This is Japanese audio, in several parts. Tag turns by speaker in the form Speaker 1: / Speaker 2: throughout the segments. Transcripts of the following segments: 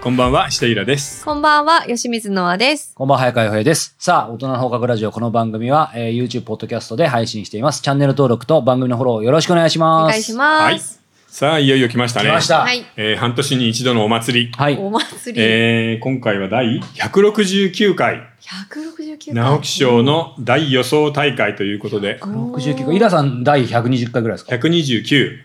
Speaker 1: こんばんは、下平です。
Speaker 2: こんばんは、吉水のあです。
Speaker 3: こんばんは、早川洋平です。さあ、大人の放課後ラジオ、この番組は、えー YouTube、ポッドキャストで配信しています。チャンネル登録と番組のフォローよろしくお願いし
Speaker 2: お
Speaker 3: ます。
Speaker 2: 願いし
Speaker 1: は
Speaker 2: ま
Speaker 1: い
Speaker 2: す。。
Speaker 1: さあ、いよいよ来ましたね。
Speaker 3: 来ました。
Speaker 2: はい。
Speaker 1: えー半年に一度のお祭り。
Speaker 3: はい
Speaker 2: お祭り、
Speaker 1: えー今回は第169回、
Speaker 2: 169回。
Speaker 1: 直木賞の大予想大会ということで、
Speaker 3: 69回。イラさん、第120回ぐらいですか
Speaker 1: 129。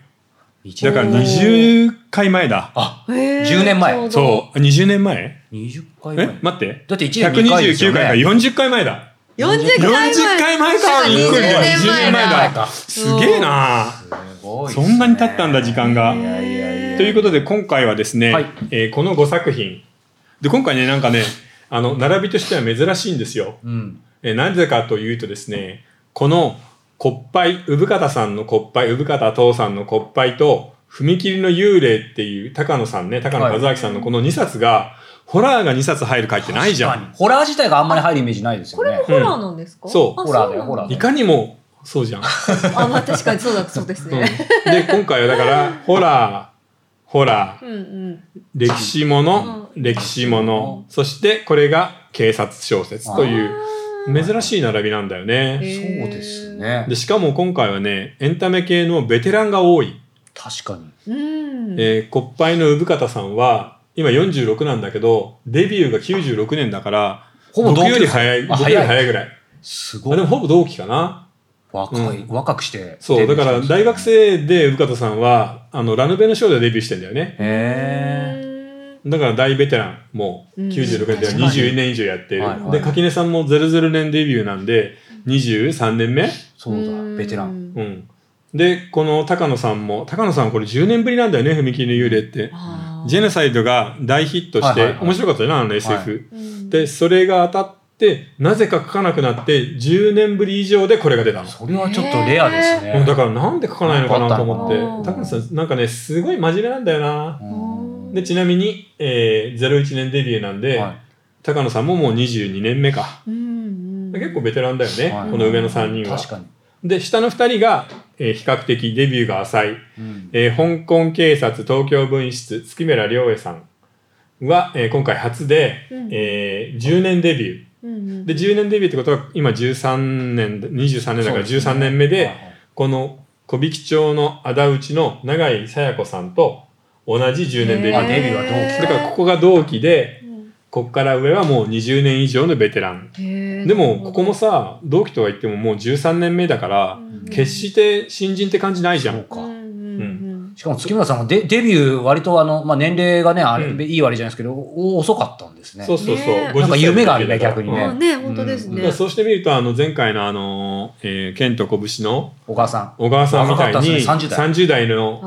Speaker 3: 一
Speaker 1: だから
Speaker 3: 年
Speaker 1: 20回前だ。
Speaker 3: あ、
Speaker 2: えー
Speaker 3: 10年前
Speaker 2: ちょうど
Speaker 1: そう、20年前
Speaker 3: 20回ぐら
Speaker 1: え
Speaker 3: い。
Speaker 1: 待って。
Speaker 3: だって一年に一回です
Speaker 1: 129
Speaker 3: よね
Speaker 1: 回から40回前だ。
Speaker 2: 40
Speaker 1: 40
Speaker 2: 回前。
Speaker 1: 回前か。
Speaker 2: 20
Speaker 1: びっくりだ
Speaker 2: 年前
Speaker 1: 20
Speaker 2: だ。
Speaker 1: だ。すげえな
Speaker 3: すごいっす
Speaker 1: そ
Speaker 3: ね
Speaker 1: んなに経ったんだ、時間が。
Speaker 3: いやいやいや。
Speaker 1: ということで今回はですね、
Speaker 3: はい
Speaker 1: えーこの5作品で今回ねなんかねあの並びとしては珍しいんですよ。
Speaker 3: うん。
Speaker 1: えーなぜかというとですねこのこっぱい産方さんのこっぱい産方父さんのこっぱいと踏切の幽霊っていう高野さんね高野和明さんのこの2冊が、ホラーが2冊入る回ってないじゃ
Speaker 3: 確
Speaker 1: ん。
Speaker 3: かにホラー自体があんまり入るイメージないです
Speaker 2: こ
Speaker 3: よ
Speaker 2: れも
Speaker 3: ね。
Speaker 2: ホラーなんですか、
Speaker 1: うんそう
Speaker 2: あ
Speaker 3: ホラーだよ
Speaker 2: そうなん
Speaker 1: いかにもそう じゃん。
Speaker 2: あ、まあ確かにそうだ、そうで
Speaker 1: う
Speaker 2: す
Speaker 1: ん、
Speaker 2: ね。
Speaker 1: で今回はだからホラーホラー
Speaker 2: うんうん。
Speaker 1: 歴史もの、
Speaker 2: う
Speaker 1: 歴史もの、そしてこれが警察小説という珍しい並びなんだよね。
Speaker 3: そう
Speaker 2: へー
Speaker 3: です。ね
Speaker 1: で。しかも今回はねエンタメ系のベテランが多い、
Speaker 3: 確かに。
Speaker 2: うん。
Speaker 1: えー、こっぱいの産方さんは今46なんだけどデビューが96年だから
Speaker 3: ほぼ同
Speaker 1: 僕
Speaker 3: 級生
Speaker 1: より早い
Speaker 3: あ
Speaker 1: 僕より
Speaker 3: 早
Speaker 1: 早
Speaker 3: い
Speaker 1: いぐらい
Speaker 3: す
Speaker 1: あで
Speaker 3: ごい
Speaker 1: も。ほぼ同期かな
Speaker 3: 若い、
Speaker 1: う
Speaker 3: 若くして。
Speaker 1: そうだから大学。生で産方さんはあのラノベのショーでデビューしてんだよね
Speaker 3: へえ。
Speaker 1: だから大ベテランもう
Speaker 2: うん
Speaker 1: 96年で
Speaker 2: 確かに
Speaker 1: 20年以上やってる、
Speaker 3: はいはい
Speaker 1: で垣根さんも00年デビューなんで23年目、
Speaker 3: そうだ、ベテラン。
Speaker 2: ン
Speaker 1: うん、でこの高野さんも高野さんはこれ10年ぶりなんだよね踏切の幽霊ってジェネサイドが大ヒットして、
Speaker 3: はいはいはい
Speaker 1: 面白かったよなあの SF、
Speaker 3: は
Speaker 1: でそれが当たってなぜか書かなくなって10年ぶり以上でこれが出たの、
Speaker 3: それはちょっとレアですね。
Speaker 1: うんだからなんで書かないのかなと思って
Speaker 2: なんかあ
Speaker 1: 高
Speaker 2: った
Speaker 3: の
Speaker 1: 野さんなんかねすごい真面目なんだよな
Speaker 3: うん
Speaker 1: でちなみに、えー、01年デビューなんで、
Speaker 3: は
Speaker 1: 高野さんももう22年目か。
Speaker 2: うんうん、
Speaker 1: 結構ベテランだよね、
Speaker 3: はい
Speaker 1: この上の3
Speaker 3: い
Speaker 1: 人は
Speaker 3: 確。かに。
Speaker 1: で、下の2人が、えー比較的デビューが浅い、
Speaker 3: うん
Speaker 1: えー香港警察東京分室、月村良恵さんは、えー今回初で、
Speaker 2: うん
Speaker 1: えー10年デビュ
Speaker 2: うんうん
Speaker 1: ー。で、10年デビューってことは、今13年、23年だから
Speaker 3: そうですね
Speaker 1: 13年目で、
Speaker 3: はいはい
Speaker 1: この小引町の仇討ちの永井さや子さんと同じ10年デビュ
Speaker 3: あ
Speaker 1: ー。
Speaker 3: デビューは同期
Speaker 1: だからここが同期で、
Speaker 2: うん
Speaker 1: ここから上はもう20年以上のベテラン。
Speaker 2: へー
Speaker 1: でもここもさ同期とは言ってももう13年目だから決して新人って感じないじゃ。
Speaker 3: そうんか
Speaker 2: うんうんうん
Speaker 3: しかも月村さんはデデビュー割とあの、まあ、年齢がねあれ、
Speaker 1: うん
Speaker 3: いい割じゃないですけどお遅かったんですね
Speaker 1: そうそうそう。
Speaker 2: ねえ
Speaker 1: 50
Speaker 3: なんか夢があるね
Speaker 1: 歳の時
Speaker 3: 逆
Speaker 1: だ
Speaker 3: にね
Speaker 1: か
Speaker 2: ま
Speaker 1: ら
Speaker 2: あね、本当です
Speaker 1: うん
Speaker 2: ね。
Speaker 1: だからそうしてみるとあの前回のあの、えー、剣と拳の
Speaker 3: お母さ
Speaker 1: 小川さんみたい
Speaker 3: 若かったで
Speaker 1: に
Speaker 3: すね30代
Speaker 1: 30代の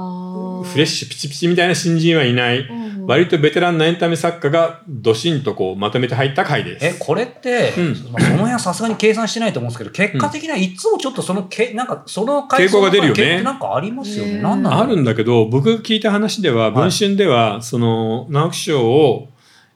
Speaker 2: あ
Speaker 1: フレッシュピチピチみたいな新人はいない。
Speaker 2: ュ
Speaker 1: 割とベテランのエンタメ作家がドシンとこうまとめて入った回で
Speaker 3: んえ
Speaker 1: す。
Speaker 3: これって、
Speaker 1: うん
Speaker 3: まあその辺はさすがに計算してないと思うんですけど結果的にはいつもちょっとそのけなんかその
Speaker 1: 傾向が出るよね
Speaker 3: 回数の傾向ってなんかありますよね、
Speaker 2: うん
Speaker 3: なんなんだろ
Speaker 1: あ
Speaker 3: う
Speaker 1: るんだけど僕聞いた話では文春ではその直木賞を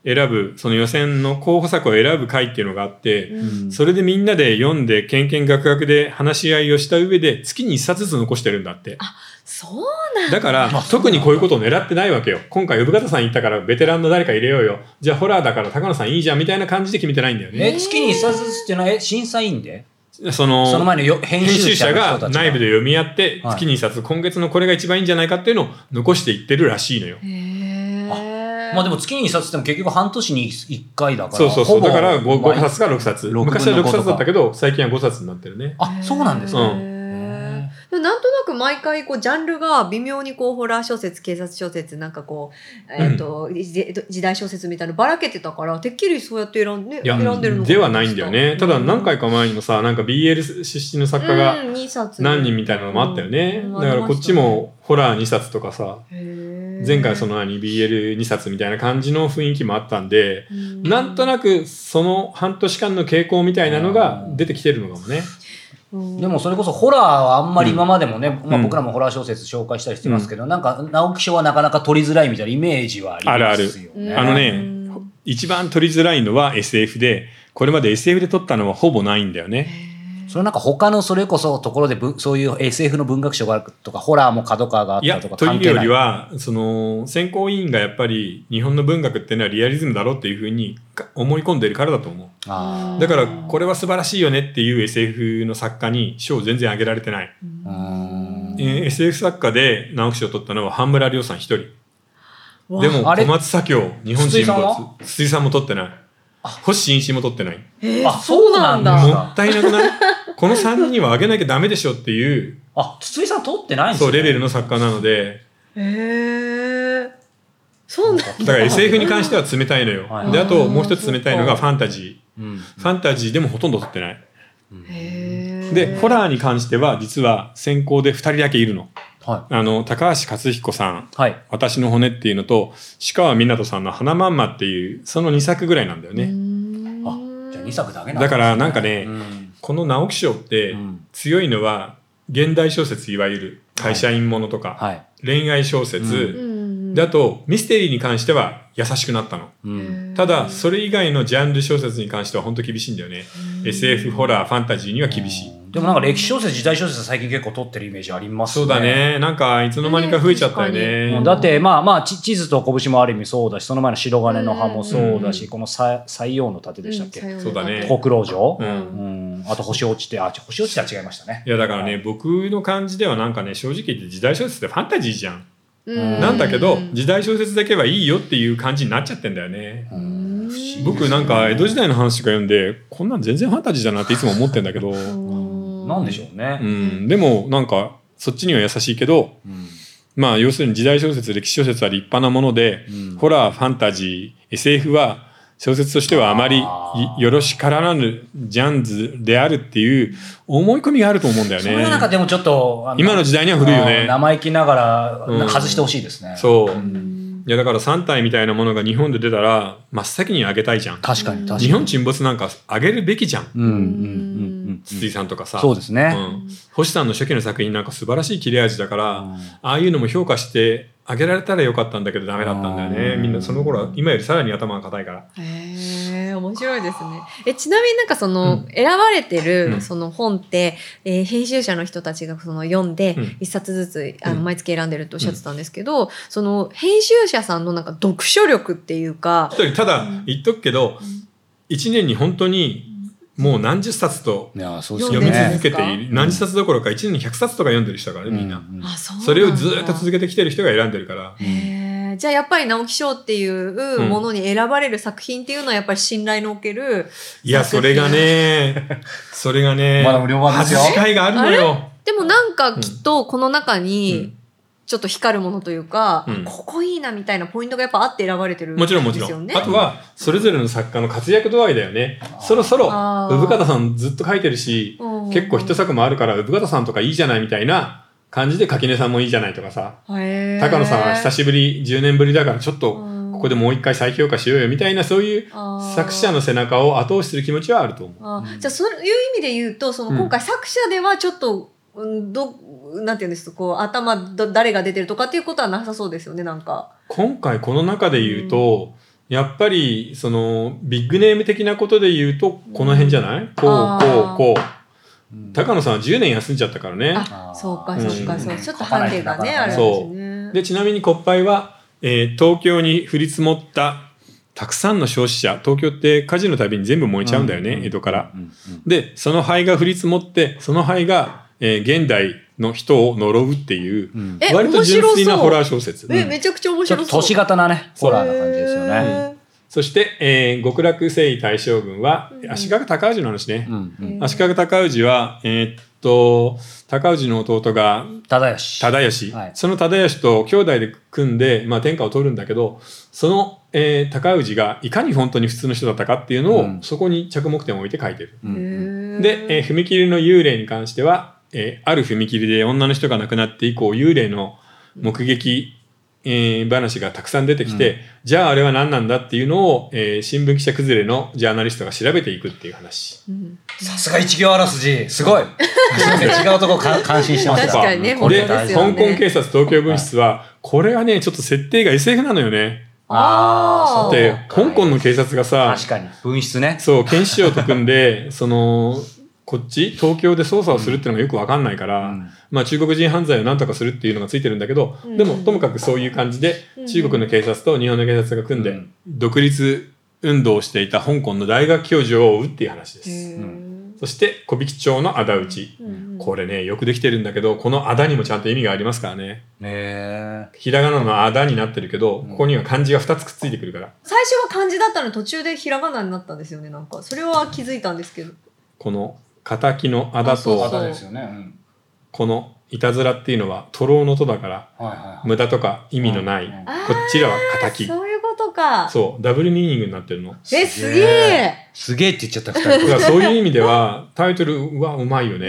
Speaker 1: 選ぶその予選の候補作を選ぶ回っていうのがあって、
Speaker 3: うん
Speaker 1: それでみんなで読んで、けんけんがくがくで話し合いをした上で、月に一冊ずつ残してるんだって。
Speaker 2: そうなん
Speaker 1: だ から
Speaker 3: まあ、そう
Speaker 1: 特にこういうことを狙ってないわけよ。今回、産方さん行ったから、ベテランの誰か入れようよ。じゃあ、ホラーだから、高野さんいいじゃん、みたいな感じで決めてないんだよね。
Speaker 3: え月に一冊ずつっていうのはえ審査員で
Speaker 1: その、
Speaker 3: その前のよ編
Speaker 1: 編集
Speaker 3: 集者
Speaker 1: 者
Speaker 3: の人たち
Speaker 1: が内部で読み合って、
Speaker 3: はい
Speaker 1: 月に一冊、今月のこれが一番いいんじゃないかっていうのを残していってるらしいのよ。
Speaker 2: へー
Speaker 3: まあでも月に一冊っても結局半年に一回だから
Speaker 1: そうそうそう。
Speaker 3: ほぼ
Speaker 1: だから5、
Speaker 3: まあ
Speaker 1: 5冊か6冊。
Speaker 3: 六分の
Speaker 1: 昔は6冊
Speaker 3: 五と
Speaker 1: だ
Speaker 3: か
Speaker 1: ったけど、最近は5冊になってるね。
Speaker 3: あそうなんです
Speaker 1: ね
Speaker 3: ね、
Speaker 1: うん
Speaker 2: へ
Speaker 3: へ
Speaker 2: ーでもなんとなく毎回こうジャンルが微妙にこうホラー小説警察小説なんかこう、えーと時時代小説みたいなのばらけてたからてっきりそうやって選んで
Speaker 1: いや
Speaker 2: 選んでるのかと思ってた
Speaker 1: ではないんだよね。ただ何回か前にもさ、なんか BL 出身の作家が
Speaker 2: うん二冊
Speaker 1: 何人みたいなのもあったよね。
Speaker 2: うん
Speaker 1: だからこっちもホラー2冊とかさ、前
Speaker 2: 前
Speaker 1: 回その何 BL2 冊みたいな感じの雰囲気もあったんで、なんと
Speaker 2: な
Speaker 1: なくその半年間の傾向みたいなのが出てきてるのかもね。
Speaker 2: く
Speaker 3: でもそれこそホラーはあんまり
Speaker 1: うん
Speaker 3: 今までもね、ま
Speaker 1: う
Speaker 3: あ、
Speaker 1: ん
Speaker 3: 僕らもホラー小説紹介したりしてますけど、なんか直木賞はなかなか取りづらいみたいなイメージはありますよね。
Speaker 1: あのね
Speaker 2: うん
Speaker 1: 一番取りづらいのは SF で、これまで SF で撮ったのはほぼないんだよね。
Speaker 3: それなんか他のそれこそところでぶそういう SF の文学賞があるとか、ホラーも角川があっ
Speaker 1: いや、
Speaker 3: たとか
Speaker 1: と
Speaker 3: 関
Speaker 1: いう
Speaker 3: 係
Speaker 1: よ
Speaker 3: ない。
Speaker 1: りは、その、選考委員がやっぱり、日本の文学っていうのはリアリズムだろうっていうふうにか思い込んでるからだと思う。
Speaker 3: あ
Speaker 1: だから、これは素晴らしいよねっていう SF の作家に賞を全然あげられてない。
Speaker 3: ーうーん
Speaker 1: えー SF 作家で直木賞を取ったのは半村亮さん一人。
Speaker 2: わ
Speaker 1: でも、
Speaker 3: あれ
Speaker 1: 小松左京、日本
Speaker 3: 筒井
Speaker 1: 人
Speaker 3: さんは
Speaker 1: 没、筒井さんも取ってない。星新一も取ってない。
Speaker 2: えー
Speaker 3: あ
Speaker 2: そうなんだ。
Speaker 3: そう
Speaker 1: も
Speaker 3: なんだ
Speaker 1: ったいなくないこの3人にはあげなきゃダメでしょっていう、
Speaker 3: あ、筒井さん通ってないんです
Speaker 1: そう、レベル
Speaker 3: ル。
Speaker 1: の作家なので、
Speaker 2: へえ。そうなん
Speaker 1: だから SF に関しては冷たいのよ
Speaker 3: はい。
Speaker 1: で、あともう一つ冷たいの
Speaker 2: あ
Speaker 1: が
Speaker 2: ー
Speaker 1: ファンタジ
Speaker 3: うん。
Speaker 1: ー。ファンタジーでもほとんど取ってない。
Speaker 2: へ
Speaker 1: で、ホ
Speaker 2: ー
Speaker 1: ラーに関しては、実は先行で2人だけいるの。
Speaker 3: は
Speaker 1: あの、高橋克彦さん、
Speaker 3: い。はい。
Speaker 1: 私の骨っていうのと、鹿川湊さんの花まんまっていう、その2作ぐらいなんだよ
Speaker 2: う
Speaker 1: ね。
Speaker 2: ーん
Speaker 3: あ、じゃあ2作だけなん
Speaker 1: だからなんかね、
Speaker 3: うん
Speaker 1: この直木賞って
Speaker 3: うん
Speaker 1: 強いのは、現代小説いわゆる会社員ものとか、
Speaker 3: はい。
Speaker 1: 恋愛小
Speaker 2: う
Speaker 1: 説、
Speaker 2: ん
Speaker 1: だとミステリーに関しては優しくなったの。
Speaker 3: うん。
Speaker 1: ただ、それ以外のジャンル小説に関しては本当厳しいんだよね。SF、ホラー、ファンタジーには厳しい。
Speaker 3: うんでもなんか歴史小説、時代小説は最近結構撮ってるイメージあります
Speaker 1: そ
Speaker 3: ね。
Speaker 1: うだ。ね。なんか、いつの間にか増えちゃったよね。
Speaker 3: うんだって、まあまあ、ち地図と拳もある意味そうだし、その前の白金の葉もそうだし、このさ西洋の盾でしたっけ、
Speaker 1: そうだね
Speaker 3: 国老城、
Speaker 1: う。
Speaker 3: うんん、あと星落ちて、あ、ち星落ちては違いましたね
Speaker 1: い。や、だからね、僕の感じではなんかね、正直言って時代小説ってファンタジーじゃん。
Speaker 3: うん
Speaker 1: なんだけど、
Speaker 2: うん
Speaker 1: 時代小説だけはいいよっていう感じになっちゃってんだよね。
Speaker 3: うん
Speaker 2: 不思議
Speaker 1: 僕なんか、江戸時代の話とか読んで、こんなん全然ファンタジーだなっていつも思ってんだけど、う
Speaker 2: うん
Speaker 3: なんでしょうね。
Speaker 1: ん。でも、なんか、そっちには優しいけど、
Speaker 3: うん
Speaker 1: まあ、要するに時代小説、歴史小説は立派なもので、
Speaker 3: うん
Speaker 1: ホラー、ファンタジー、SF は小説としてはあまりい
Speaker 3: あー
Speaker 1: よろしからなるジャンルであるっていう思い込みがあると思うんだよ
Speaker 3: それはなんか
Speaker 1: ね。
Speaker 3: でもちょっと、あの
Speaker 1: 今の時代には古いよ
Speaker 3: うん
Speaker 1: ね。
Speaker 3: 生意気なが
Speaker 1: う
Speaker 3: ら
Speaker 1: ん
Speaker 3: 外してほしいですね。
Speaker 1: そう。
Speaker 2: ん
Speaker 1: いや、だから3体みたいなものが日本で出たら、真っ先にあげたいじゃん。
Speaker 3: 確かに、確かに。
Speaker 1: 日本沈没なんかあげるべきじゃん。
Speaker 3: うん、うん、うん、うん。
Speaker 1: 筒井さんとかさ。
Speaker 3: そうです
Speaker 1: う
Speaker 3: ね。
Speaker 1: ん星さんの初期の作品なんか素晴らしい切れ味だから、
Speaker 3: うん
Speaker 1: ああいうのも評価してあげられたらよかったんだけどダメだったんだよね
Speaker 3: うん
Speaker 1: みんなその頃は今よりさらに頭が硬いから
Speaker 2: へえ面白いですね。えちなみになんかその、
Speaker 1: う
Speaker 2: 選ばれて
Speaker 1: う
Speaker 2: る
Speaker 1: ん
Speaker 2: その本って、えー編集者の人たちがその読んで
Speaker 1: うん
Speaker 2: 一冊ずつ、あ
Speaker 1: う
Speaker 2: の
Speaker 1: ん
Speaker 2: 毎月選んでるとおっしゃってたんですけど、その編集者さんのなんか読書力っていうか
Speaker 1: 一、人ただ
Speaker 2: うん
Speaker 1: 言っとくけど、一年に本当にもう何十冊と
Speaker 3: いや、そうですよ
Speaker 1: 読
Speaker 2: 読
Speaker 1: み
Speaker 2: ん
Speaker 3: ね。
Speaker 2: でるんで
Speaker 1: 続けてい
Speaker 2: そう
Speaker 1: る何十冊どころか一年に100冊とか読んでる人だからねみんな、
Speaker 3: うん
Speaker 2: あそうなんだ
Speaker 1: それをずーっと続けてきてる人が選んでるから
Speaker 2: へーじゃあやっぱり直木賞っていうものに選ばれる作品っていうのはやっぱり信頼のおける、
Speaker 1: いやそれが ねそれがね
Speaker 3: まだ無料版ですよ
Speaker 1: 外し会があるのよ
Speaker 2: でもなんかきっとこの中にちょっと光るものというか、
Speaker 1: うん
Speaker 2: ここいいなみたいなポイントがやっぱあって選ばれてる
Speaker 1: もちろんもち
Speaker 2: で
Speaker 1: ろ
Speaker 2: すよ
Speaker 1: ん、
Speaker 2: ね
Speaker 1: あ。とはそれぞれの作家の活躍度合いだよねそろそろ
Speaker 2: あー
Speaker 1: 生方さんずっと書いてるし
Speaker 2: うん
Speaker 1: 結構ヒット作もあるから生方さんとかいいじゃないみたいな感じで垣根さんもいいじゃないとかさ
Speaker 2: へー
Speaker 1: 高野さんは久しぶり10年ぶりだからちょっと
Speaker 2: うん
Speaker 1: ここでもう一回再評価しようよみたいなそういう
Speaker 2: あー
Speaker 1: 作者の背中を後押しする気持ちはあると思う。
Speaker 2: あー
Speaker 3: うん
Speaker 2: じゃあそういう意味で言うとその
Speaker 1: うん
Speaker 2: 今回作者ではちょっと、うん、どなんていうんですかこう頭ど誰が出てるとかっていうことはなさそうですよねなんか。
Speaker 1: 今回この中で言うと、やっぱりそのビッグネーム的なことで言うとこの辺じゃない、こ
Speaker 2: あ
Speaker 1: う
Speaker 2: ー
Speaker 1: こうこう
Speaker 3: うん
Speaker 1: 高野さんは10年休んじゃったからね
Speaker 2: あ
Speaker 3: あー
Speaker 2: そうかそうかそう
Speaker 3: うん
Speaker 2: ちょっと判定がねあるんです
Speaker 1: そう
Speaker 2: ね。
Speaker 1: でちなみにコッパイは、えー東京に降り積もったたくさんの消費者東京って火事のたびに全部燃えちゃうんだよね、江戸から。。
Speaker 3: うん
Speaker 1: でその灰が降り積もってその灰が、えー現代の人を呪うっていう
Speaker 3: うんうん
Speaker 2: え
Speaker 1: 割と純粋な
Speaker 2: 面白そう
Speaker 1: ホラー小説。
Speaker 2: え
Speaker 1: うん
Speaker 2: めちゃくちゃ面
Speaker 3: ちょ
Speaker 2: 白
Speaker 3: っと
Speaker 2: そう。
Speaker 3: 都市型なね、ホラーな感じですよね。
Speaker 2: へ
Speaker 1: そして、えー極楽征夷大将軍は
Speaker 2: うん
Speaker 1: 足利尊氏の話ね
Speaker 3: う。んう
Speaker 2: うんん
Speaker 1: 足利尊氏は、えーっと尊氏の弟が
Speaker 3: 忠義。
Speaker 1: 忠義、
Speaker 3: はい
Speaker 1: その忠義と兄弟で組んで、まあ、天下を取るんだけどその、えー高氏がいかに本当に普通の人だったかっていうのを、
Speaker 3: うん
Speaker 1: そこに着目点を置いて書いてる。
Speaker 3: うんうん
Speaker 2: ー
Speaker 1: で、えー踏切の幽霊に関しては、えーある踏切で女の人が亡くなって以降幽霊の目撃、えー話がたくさん出てきて、
Speaker 3: う
Speaker 1: じゃああれは何なんだっていうのを、えー新聞記者崩れのジャーナリストが調べていくっていう話。
Speaker 2: うん
Speaker 3: さすが一行あらすじ、すごい。 違うとこか感心してました。
Speaker 2: 確かにね
Speaker 3: うん
Speaker 2: これ
Speaker 1: で、
Speaker 2: 本当です
Speaker 1: 香
Speaker 2: よね
Speaker 1: 港警察東京分室は、これがね、ちょっと設定が SF なのよね。
Speaker 3: あーそう
Speaker 1: で、香港の警察がさ、
Speaker 3: 確かに。分室ね。
Speaker 1: そう、検視庁と組んで、その、こっち東京で捜査をするっていうのがよくわかんないから、
Speaker 3: うん
Speaker 1: まあ、中国人犯罪をなんとかするっていうのがついてるんだけど、
Speaker 2: うん
Speaker 1: でもともかくそういう感じで
Speaker 2: うん
Speaker 1: 中国の警察と日本の警察が組ん
Speaker 3: う
Speaker 1: で
Speaker 3: ん
Speaker 1: 独立運動をしていた香港の大学教授を追うっていう話です。
Speaker 2: へー
Speaker 1: そして小引町の仇討ち。
Speaker 2: うんうん
Speaker 1: これねよくできてるんだけどこの仇にもちゃんと意味がありますからね。
Speaker 3: ねえ
Speaker 1: ひらがなの仇になってるけど
Speaker 3: うん
Speaker 1: ここには漢字が2つくっついてくるから
Speaker 2: 最初は漢字だったのに途中でひらがなになったんですよねなんかそれは気づいたんですけど
Speaker 1: この敵の仇
Speaker 2: そう
Speaker 1: と
Speaker 2: そう
Speaker 3: 方ですよね、うん
Speaker 1: このいたずらっていうのは徒労の徒だから
Speaker 3: はいはいはい
Speaker 1: 無駄とか意味のない
Speaker 3: うん
Speaker 1: こっちらは敵
Speaker 2: そういうことか
Speaker 1: そうダブルミーニングになってるの
Speaker 2: えすげえ
Speaker 3: すげえって言っちゃった二
Speaker 1: だ
Speaker 3: 人
Speaker 1: からそういう意味ではタイトルはうまいよね。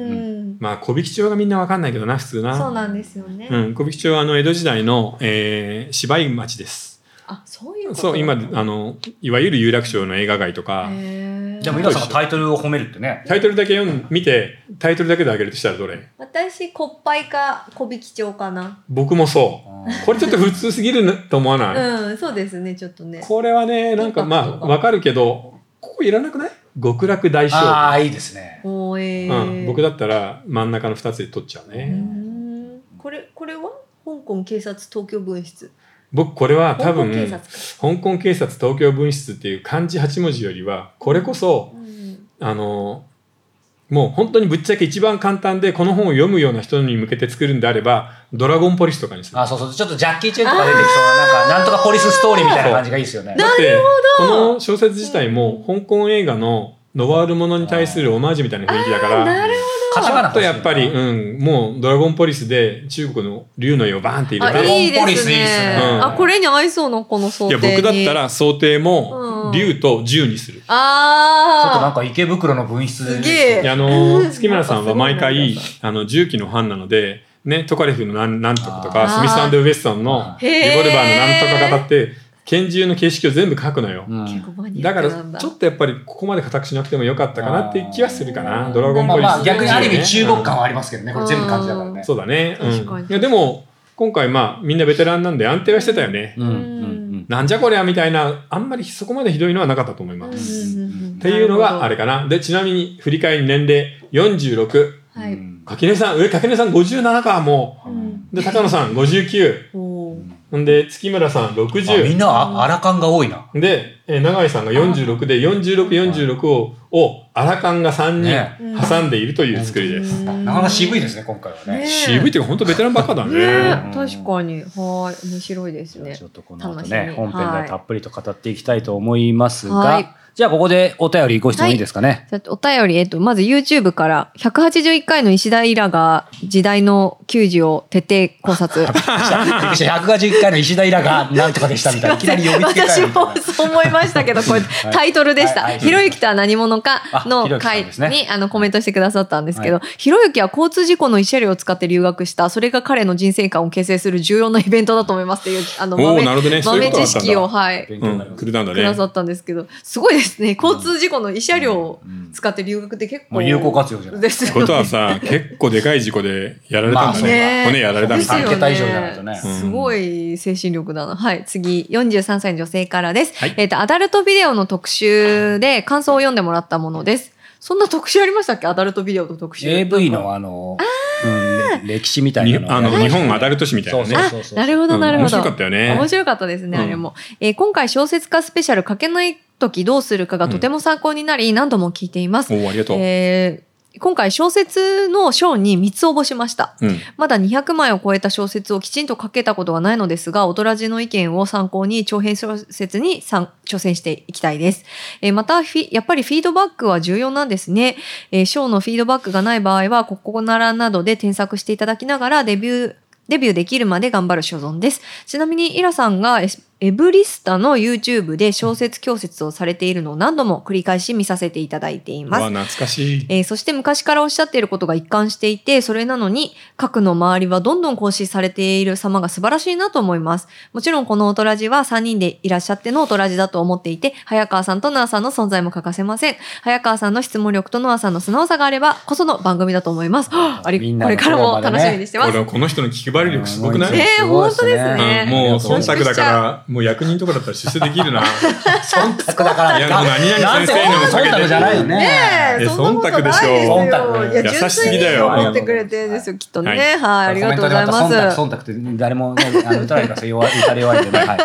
Speaker 2: うん
Speaker 1: まあ小引町がみんなわかんないけどな普通な。
Speaker 2: そうなんですよね、
Speaker 1: うん、小引町はあの江戸時代の、えー芝居町です。
Speaker 2: あそういうこと
Speaker 1: そう今あのいわゆる有楽町の映画街とか
Speaker 2: へー
Speaker 3: じゃあ皆さんがタイトルを褒めるってね
Speaker 1: タイトルだけ読ん見てタイトルだけで上げるとしたらどれ
Speaker 2: 私こっぱいか小引町かな
Speaker 1: 僕もそう。これちょっと普通すぎるなと思わない、
Speaker 2: うんそうですねちょっとね
Speaker 1: これはねなんかまあわかるけどここいらなくない極楽大将
Speaker 3: ああいいですね
Speaker 2: おーえー
Speaker 1: うん、僕だったら真ん中の2つで取っちゃう
Speaker 2: うー
Speaker 1: ね。
Speaker 2: んこれこれは香港警察東京分室
Speaker 1: 僕これは多分
Speaker 2: 香港警察か
Speaker 1: 香港警察東京分室っていう漢字8文字よりはこれこそ
Speaker 2: うん
Speaker 1: あのもう本当にぶっちゃけ一番簡単でこの本を読むような人に向けて作るんであれば「ドラゴンポリス」とかにする。
Speaker 3: あそうそうちょっとジャッキー・チェンとか出てきそうななんかなんとかポリスストーリーみたいな感じがいいですよね
Speaker 1: だってこの小説自体も香港映画のノワールものに対するオマージュみたいな雰囲気だから
Speaker 2: なる
Speaker 3: カタ
Speaker 1: ち
Speaker 3: カ
Speaker 1: ょ
Speaker 3: ナ
Speaker 1: っとやっぱり、
Speaker 3: 欲しいな
Speaker 1: うん、もう「ドラゴンポリス」で中国の竜の絵をバーンって
Speaker 2: ほ
Speaker 1: 入
Speaker 2: ど
Speaker 1: れて。
Speaker 2: あいいです
Speaker 3: ポ
Speaker 2: ね
Speaker 3: リスいいですね
Speaker 1: うん
Speaker 2: あこれに合いそうなこの想
Speaker 1: い
Speaker 2: 定
Speaker 1: や
Speaker 2: に
Speaker 1: 僕だったら想定も
Speaker 2: うん
Speaker 1: 竜と銃にする。
Speaker 3: ちょっとなん
Speaker 2: ああ
Speaker 3: か池袋の分室
Speaker 2: すげえ
Speaker 1: いやあの
Speaker 2: うん
Speaker 1: 月村さんは毎
Speaker 2: なん
Speaker 1: 回
Speaker 2: かす
Speaker 1: あの重機のファンなので、ね、トカレフのなんなんとかと
Speaker 3: あ
Speaker 1: か
Speaker 2: ー
Speaker 1: スミス・アンド・ウェストンの
Speaker 3: あ
Speaker 1: リボルバーのなんとか型って拳銃の形式を全部書くのよ。
Speaker 3: うん
Speaker 2: 結構マニア
Speaker 1: だ
Speaker 2: ッ
Speaker 1: か
Speaker 2: クなん
Speaker 1: ら
Speaker 2: だ
Speaker 1: ちょっとやっぱりここまで固くしなくてもよかったかなっていう気はするか
Speaker 2: あ
Speaker 1: な
Speaker 2: ー
Speaker 1: ドラゴンボ
Speaker 3: まあ
Speaker 1: イル
Speaker 3: まあ
Speaker 1: ス
Speaker 3: 逆にある意味中国感は
Speaker 1: は
Speaker 3: ありますけどねこれ全部漢字だからね
Speaker 1: そうだね、うん、
Speaker 2: 確かに
Speaker 1: いやでも今回まあみんなベテランなんで安定はしてたよね、
Speaker 3: うんうん
Speaker 1: なんじゃこりゃみたいなあんまりそこまでひどいのはなかったと思います、
Speaker 2: っ
Speaker 1: っていうのがあ
Speaker 2: れ
Speaker 1: れかな。で、ちなみに、振り返り年齢46。
Speaker 3: うん
Speaker 2: はい
Speaker 1: 垣根さん、上垣根さん57か、も
Speaker 3: うん
Speaker 1: う。で、高野さん59。
Speaker 2: おー
Speaker 1: ほんで、月村さん
Speaker 3: あみん
Speaker 1: 60。
Speaker 3: なあ荒感が多いな
Speaker 1: で、えー永井さんが46で、46、46を、を、アラカンが3
Speaker 3: ね
Speaker 2: うん
Speaker 1: 人挟んでいるという作りです。
Speaker 2: うん
Speaker 3: なかなか渋いですね今回はね
Speaker 2: ね
Speaker 1: 渋いっていうか、ほんとベテランばっかだね。
Speaker 2: ね確かにはい面白いですね
Speaker 3: ちょっとこの後
Speaker 2: 楽し
Speaker 3: ね
Speaker 2: み
Speaker 3: 本編ではたっぷりと語っていきたいと思いますが、
Speaker 2: はい
Speaker 3: じゃあここでお便りご質問いいですかね、
Speaker 2: じゃあお便り、えっと、まず YouTube から、181回の石田イラが時代の球児を徹底 考察。
Speaker 3: びっくりした151回の石田イラがなんとかでしたみたいないきなり呼びつけた
Speaker 2: 私
Speaker 3: いみたい
Speaker 2: も
Speaker 3: な
Speaker 2: そう思いましたけど、これ
Speaker 3: はい
Speaker 2: タイトルでし
Speaker 3: はい
Speaker 2: た。
Speaker 3: はい
Speaker 2: ひろゆきとは何者か
Speaker 3: あ
Speaker 2: の
Speaker 3: ひろゆきさん
Speaker 2: 回
Speaker 3: ですね
Speaker 2: にあのコメントしてくださったんですけど、ひろゆきは交通事故の慰謝料を使って留学した、それが彼の人生観を形成する重要なイベントだと思いますっていう、あの、
Speaker 1: おー
Speaker 2: 豆
Speaker 1: なるほどねそういう
Speaker 2: 豆
Speaker 1: ことだ
Speaker 2: 知
Speaker 1: ったんだ
Speaker 2: 識を、はい、
Speaker 3: 勉強
Speaker 1: う
Speaker 3: に
Speaker 1: ん
Speaker 3: なり、ます
Speaker 1: くれたんだ
Speaker 2: くだ
Speaker 1: ね
Speaker 2: さ。ったんですけど、すごいですね。交通事故の慰謝料を使って留学って結構。
Speaker 3: もう有効活用じゃない
Speaker 2: です
Speaker 1: こ
Speaker 2: よ
Speaker 1: と
Speaker 2: ね。
Speaker 1: はさ、結構でかい事故でやられたんだ
Speaker 3: まあ
Speaker 1: ね。
Speaker 2: ね
Speaker 1: 骨やられたん
Speaker 2: で
Speaker 1: だ
Speaker 2: すよ
Speaker 1: ね
Speaker 2: ね。
Speaker 3: 3桁以上じゃないとね
Speaker 1: うん
Speaker 2: すごい精神力だな。はい。次、43歳の女性からです。
Speaker 1: はい
Speaker 2: えっ、と、アダルトビデオの特集で感想を読んでもらったものです。そんな特集ありましたっけアダルトビデオと特集。
Speaker 3: AV のあの、うん、歴史みたいな
Speaker 1: にあの、日本アダルト誌みたいなね。
Speaker 3: そう
Speaker 2: あ
Speaker 3: そうそう
Speaker 2: なるほど、なる
Speaker 1: うん面
Speaker 2: ほど。
Speaker 1: 白かったよね。
Speaker 2: 面白かったですね、
Speaker 1: うん
Speaker 2: あれも。えー今回小説家スペシャル書けない時どうするかがとても参考になり、何度も聞いています。
Speaker 1: おお、ありがとう。
Speaker 2: えー今回小説の賞に3つ応募しました。
Speaker 1: うん。
Speaker 2: まだ200枚を超えた小説をきちんと書けたことはないのですが、大人じの意見を参考に長編小説に参挑戦していきたいです。えーまたフィ、やっぱりフィードバックは重要なんですね。えー、賞のフィードバックがない場合は、ここならなどで添削していただきながら、デビュー、デビューできるまで頑張る所存です。ちなみに、イラさんがエスエブリスタの YouTube で小説教説をされているのを何度も繰り返し見させていただいていう
Speaker 1: わ
Speaker 2: ます。
Speaker 1: 懐かしい。
Speaker 2: えーそして昔からおっしゃっていることが一貫していて、それなのに、核の周りはどんどん更新されている様が素晴らしいなと思います。もちろんこのオトラジは3人でいらっしゃってのオトラジだと思っていて、早川さんとナーさんの存在も欠かせません。早川さんの質問力とノアさんの素直さがあればこその番組だと思います。はああり
Speaker 3: みん な
Speaker 2: これ
Speaker 3: の
Speaker 2: からも楽しみにしてます。
Speaker 1: 俺はこの人の気配り力すごくない
Speaker 2: ねえ本当ですね
Speaker 1: うんもう忖度だから、もう役人とかだったら出世できる な。
Speaker 3: 忖度だから
Speaker 1: いやもう何々
Speaker 3: なんて
Speaker 1: 先生にも避けて
Speaker 3: 忖度じゃないよね。
Speaker 1: え
Speaker 2: ねえ、そんなことないですよ。
Speaker 3: 忖度
Speaker 2: いや、
Speaker 1: 優
Speaker 2: 純
Speaker 1: しす
Speaker 2: 粋
Speaker 1: ぎ
Speaker 2: に
Speaker 1: だよ
Speaker 2: 思ってくれてるんですよ、きっと
Speaker 1: は
Speaker 2: ね。
Speaker 1: い
Speaker 2: はい、ありがとうござい
Speaker 3: コメントで
Speaker 2: ます。
Speaker 3: また忖度忖度って誰もね、あの、打たないからそう弱い、打たれ弱い んでね。はい。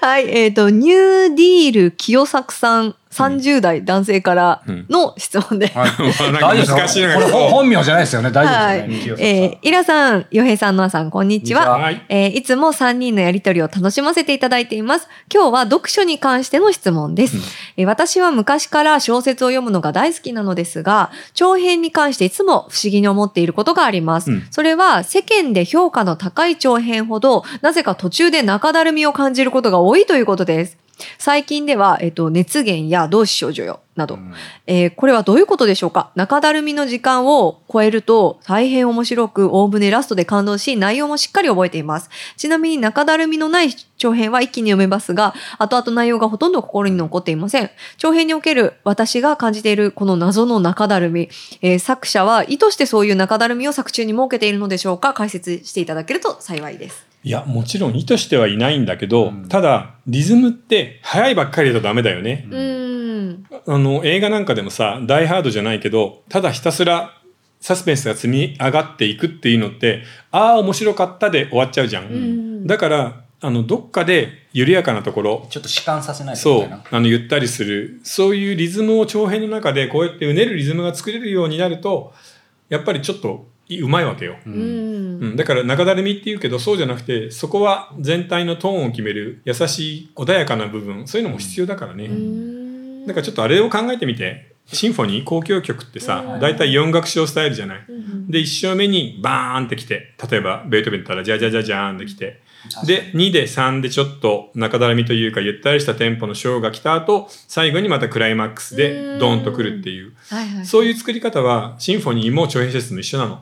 Speaker 2: はい、えっ、と、ニューディール清作さん、30代男性からの質問です。
Speaker 1: なんか難しいのが
Speaker 3: これ
Speaker 1: 来そう
Speaker 3: 本本名じゃないですよね。大丈夫ですよね。
Speaker 2: えー、イラさん、ヨヘイさん、ノアさん、こんにちは。
Speaker 3: こん
Speaker 1: ち
Speaker 3: に
Speaker 1: ははい
Speaker 2: えーいつも3人のやりとりを楽しませていただいています。今日は読書に関しての質問です。えー私は昔から小説を読むのが大好きなのですが、長編に関していつも不思議に思っていることがあります。
Speaker 1: うん
Speaker 2: それは世間で評価の高い長編ほど、なぜか途中で中だるみを感じることが多いということです。最近では、えっ、と、熱源や同志少女よ、など、えーこれはどういうことでしょうか中だるみの時間を超えると大変面白く、おおむねラストで感動し、内容もしっかり覚えています。ちなみに中だるみのない長編は一気に読めますが、後々内容がほとんど心に残っていません。長編における私が感じているこの謎の中だるみ、えー作者は意図してそういう中だるみを作中に設けているのでしょうか解説していただけると幸いです。
Speaker 1: いや、もちろん意図してはいないんだけど、
Speaker 3: うん
Speaker 1: ただ、リズムって早いばっかりだとダメだよね。
Speaker 2: うーん。
Speaker 1: あの、映画なんかでもさ、ダイハードじゃないけど、ただひたすらサスペンスが積み上がっていくっていうのって、ああ、面白かったで終わっちゃうじゃん。
Speaker 2: ん
Speaker 1: だから、あの、どっかで緩やかなところ、
Speaker 3: ちょっと弛緩させないと
Speaker 1: そ
Speaker 3: みたいうな。、
Speaker 1: あの、ゆったりする、そういうリズムを長編の中で、こうやってうねるリズムが作れるようになると、やっぱりちょっとうまいわけよ。
Speaker 2: う
Speaker 3: うん
Speaker 2: ん。
Speaker 1: うん、だから中だるみって言うけどそうじゃなくてそこは全体のトーンを決める優しい穏やかな部分そういうのも必要だからね、
Speaker 2: うーん
Speaker 1: だからちょっとあれを考えてみてシンフォニー交響曲って
Speaker 2: う
Speaker 1: さ
Speaker 2: ん
Speaker 1: 大体4楽章スタイルじゃない
Speaker 2: うん
Speaker 1: で1章目にバーンってきて例えばベートーベンだったらジャジャジャジャーンってきてで2で3でちょっと中だるみというかゆったりしたテンポの章が来た後最後にまたクライマックス
Speaker 2: う
Speaker 1: で
Speaker 2: ん
Speaker 1: ドーンとくるっていう
Speaker 2: はいはい。
Speaker 1: そういう作り方はシンフォニーも長編小説も一緒なの。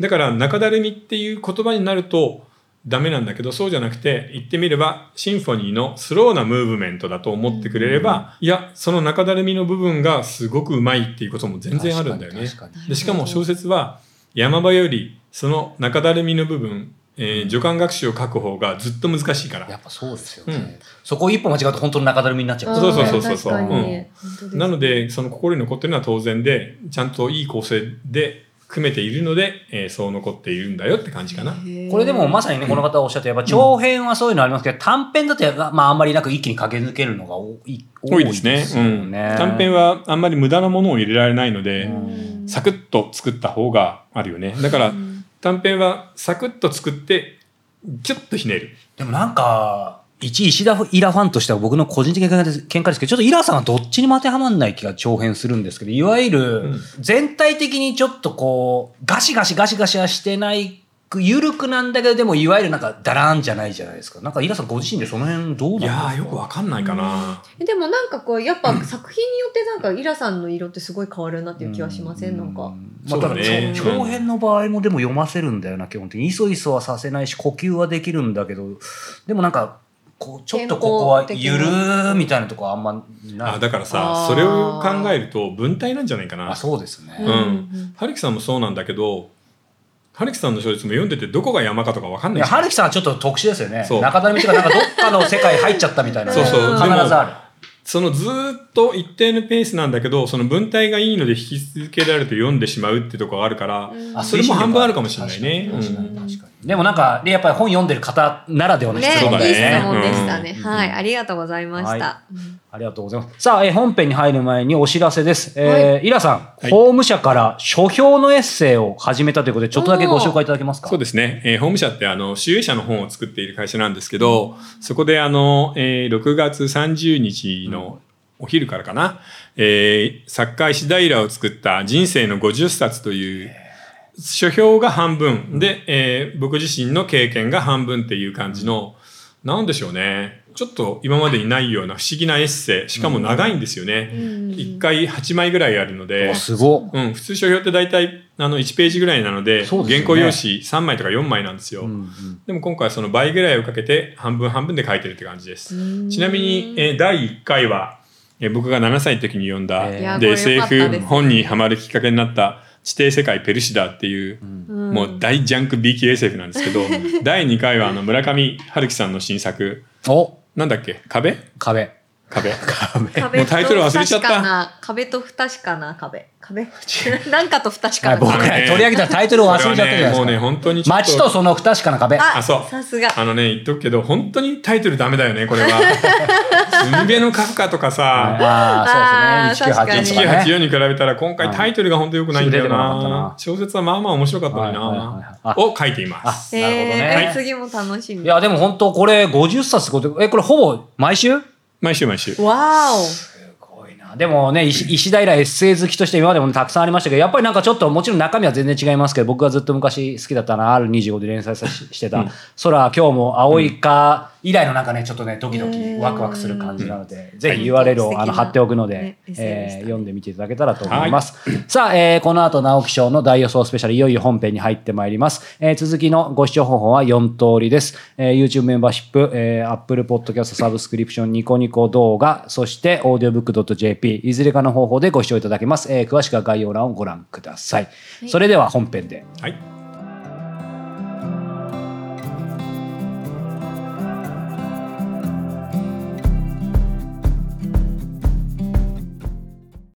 Speaker 1: だから中だるみっていう言葉になるとダメなんだけどそうじゃなくて言ってみればシンフォニーのスローなムーブメントだと思ってくれれば、いやその中だるみの部分がすごくうまいっていうことも全然あるんだよね。
Speaker 3: 確かに確か
Speaker 1: でしかも小説は山場よりその中だるみの部分、えー助監学習を書く方がずっと難しいから
Speaker 3: にや。っぱそうですよ
Speaker 1: うん
Speaker 3: ね。そこ一歩間違うと本当の中だるみになっちゃう。
Speaker 1: そうそうそうそうそう
Speaker 2: 確かに
Speaker 1: うん
Speaker 2: 本当です
Speaker 1: なのでその心に残ってるのは当然でちゃんといい構成で組めているので、えーそう残っているんだよって感じかな。
Speaker 3: これでもまさにね、この方がおっしゃった、やっぱ長編はそういうのありますけど、短編だとやっぱ、まああんまりなく一気に駆け抜けるのが多い
Speaker 1: 多いですね
Speaker 3: よ
Speaker 1: うん、短編はあんまり無駄なものを入れられないので、
Speaker 3: うん
Speaker 1: サクッと作った方があるよねだから
Speaker 2: うん
Speaker 1: 短編はサクッと作ってキュッとひねる
Speaker 3: でもなんか、一石田イラファンとしては僕の個人的な見解です見解ですけど、ちょっとイラさんはどっちにも当てはまんない気が長編するんですけど、いわゆる
Speaker 1: ん
Speaker 3: 全体的にちょっとこう、ガシガシガシガシはしてない、ゆるくなんだけど、でもいわゆるなんかダラーンじゃないじゃないですか。なんかイラさんご自身でその辺どう
Speaker 1: い
Speaker 3: な
Speaker 1: や
Speaker 3: の
Speaker 1: ーよくわかんないかな、
Speaker 2: でもなんかこうやっぱ作品によってなんかイラさんの色ってすごい変わるなっていう気はしませんなんか。
Speaker 3: まあ、ただ
Speaker 1: そうだね
Speaker 3: 長長編の場合もでも読ませるんだよな基本的にいそいそはさせないし呼吸はできるんだけどでもなんかこうちょっとここはゆるーみたいなとこはあんまない
Speaker 1: あだから
Speaker 2: あ
Speaker 1: さ
Speaker 2: ー
Speaker 1: それを考えると文体なんじゃないかな
Speaker 3: あそうですね、
Speaker 1: ん春樹さんもそうなんだけど春樹さんの小説も読んでてどこが山かとかわかんない
Speaker 3: いや
Speaker 1: じゃん
Speaker 3: 春樹さんはちょっと特殊ですよね
Speaker 1: そう
Speaker 3: 中だるみとかなんかどっかの世界入っちゃったみたいな
Speaker 1: そうそうでも
Speaker 3: 必ずあ
Speaker 1: そのずーっと一定のペースなんだけどその文体がいいので引き続けられて読んでしまうってとこがあるから、
Speaker 2: うん
Speaker 3: るあ
Speaker 1: それも半分あるかもしれないね
Speaker 3: 確かに確かに
Speaker 2: うん
Speaker 3: 確かにでもなんかでやっぱり本読んでる方ならではの
Speaker 2: ね、
Speaker 3: 質
Speaker 2: いい質
Speaker 3: 問
Speaker 1: そう
Speaker 3: だ
Speaker 1: だ
Speaker 3: よ
Speaker 1: ね
Speaker 3: ね
Speaker 2: 問でしたね。
Speaker 3: うん
Speaker 2: はい、ありがとうございました。
Speaker 3: ありがとうございます。さあ、えー本編に入る前にお知らせです。えーイラさん、
Speaker 1: はい
Speaker 3: 法務社から書評のエッセイを始めたということで、ちょっとだけご紹介いただけますか
Speaker 1: そうですね。えー、法務社って、あの、集英社の本を作っている会社なんですけど、そこで、あの、えー6月30日のお昼からかな、えー作家石平を作った人生の50冊という、書評が半分で、えー僕自身の経験が半分っていう感じの、なんでしょうね。ちょっと今までにないような不思議なエッセイ、しかも長いんですよね。1回8枚ぐらいあるので。
Speaker 3: おすごい。
Speaker 1: うん、普通書評って大体あの1ページぐらいなので
Speaker 3: そうですよね
Speaker 1: 原稿用紙3枚とか4枚なんですよ、
Speaker 3: うんうん
Speaker 1: でも今回はその倍ぐらいをかけて半分半分で書いてるって感じです
Speaker 2: うん
Speaker 1: ちなみに、えー第1回は、えー僕が7歳の時に読んだ、
Speaker 3: えー
Speaker 2: いやこ
Speaker 1: で
Speaker 2: れ良かったです
Speaker 1: SF 本にはまるきっかけになった「地底世界ペルシダ」っていう、
Speaker 2: うん
Speaker 1: もう 大ジャンク B 級 SF なんですけど第2回はあの村上春樹さんの新作
Speaker 3: お
Speaker 1: なんだっけ壁
Speaker 3: 壁。
Speaker 1: 壁。
Speaker 3: 壁。
Speaker 2: 壁
Speaker 1: もうタイトル忘れちゃった
Speaker 2: と不確かな壁と不確かな壁。壁 なんかと不確か
Speaker 3: はい、
Speaker 2: な
Speaker 3: 僕
Speaker 2: 壁。
Speaker 3: ら取り上げたタイトルを忘れちゃったじゃないです
Speaker 1: も
Speaker 3: か。
Speaker 1: うね、本当にちょっ
Speaker 3: 街とその不確かな壁。
Speaker 2: あ
Speaker 1: あそう
Speaker 2: さすが。
Speaker 1: あのね、言っとくけど、本当にタイトルダメだよね、これは。海辺のカフカとかさ、
Speaker 3: ああ、そう
Speaker 2: あー
Speaker 3: ですね。1984とかね。
Speaker 1: 1984に比べたら今回タイトルが本当に良くないんだよ
Speaker 3: はいすぐ出てこなかった
Speaker 1: な
Speaker 3: な。
Speaker 1: 小説はまあまあ面白かったのに
Speaker 3: はいはいはいはい
Speaker 1: な
Speaker 3: あ。
Speaker 1: を書いていま
Speaker 3: あ
Speaker 1: す。
Speaker 2: え
Speaker 3: なるほどね
Speaker 2: ー
Speaker 1: はい
Speaker 2: 次も楽し
Speaker 3: い
Speaker 2: み。わ
Speaker 3: や、でも本当これ50冊ってことえ、これほぼ毎週す
Speaker 1: 毎週毎週。
Speaker 2: ー
Speaker 3: ごいな。でもね、石石平エッセイ好きとして今までもたくさんありましたけど、やっぱりなんかちょっと、もちろん中身は全然違いますけど、僕がずっと昔好きだったな、R25 で連載さししてた、空今日も青いか以来のなんかね、ちょっとね、ドキドキ、
Speaker 2: うん
Speaker 3: ワクワクする感じなので、ぜひ
Speaker 2: はい
Speaker 3: URL をあの
Speaker 2: 素敵な
Speaker 3: 貼っておくので
Speaker 2: ね、SL
Speaker 3: え
Speaker 2: でした
Speaker 3: ー
Speaker 2: ね
Speaker 3: 読んでみていただけたらと思います。さあ、えーこの後、直木賞の大予想スペシャル、いよいよ本編に入ってまいります。えー続きのご視聴方法は4通りです。えー YouTube メンバーシップ、えー Apple Podcast サブスクリプション、ニコニコ動画、そして audiobook.jp、いずれかの方法でご視聴いただけます。えー詳しくは概要欄をご覧ください。それでは本編で。
Speaker 1: はい。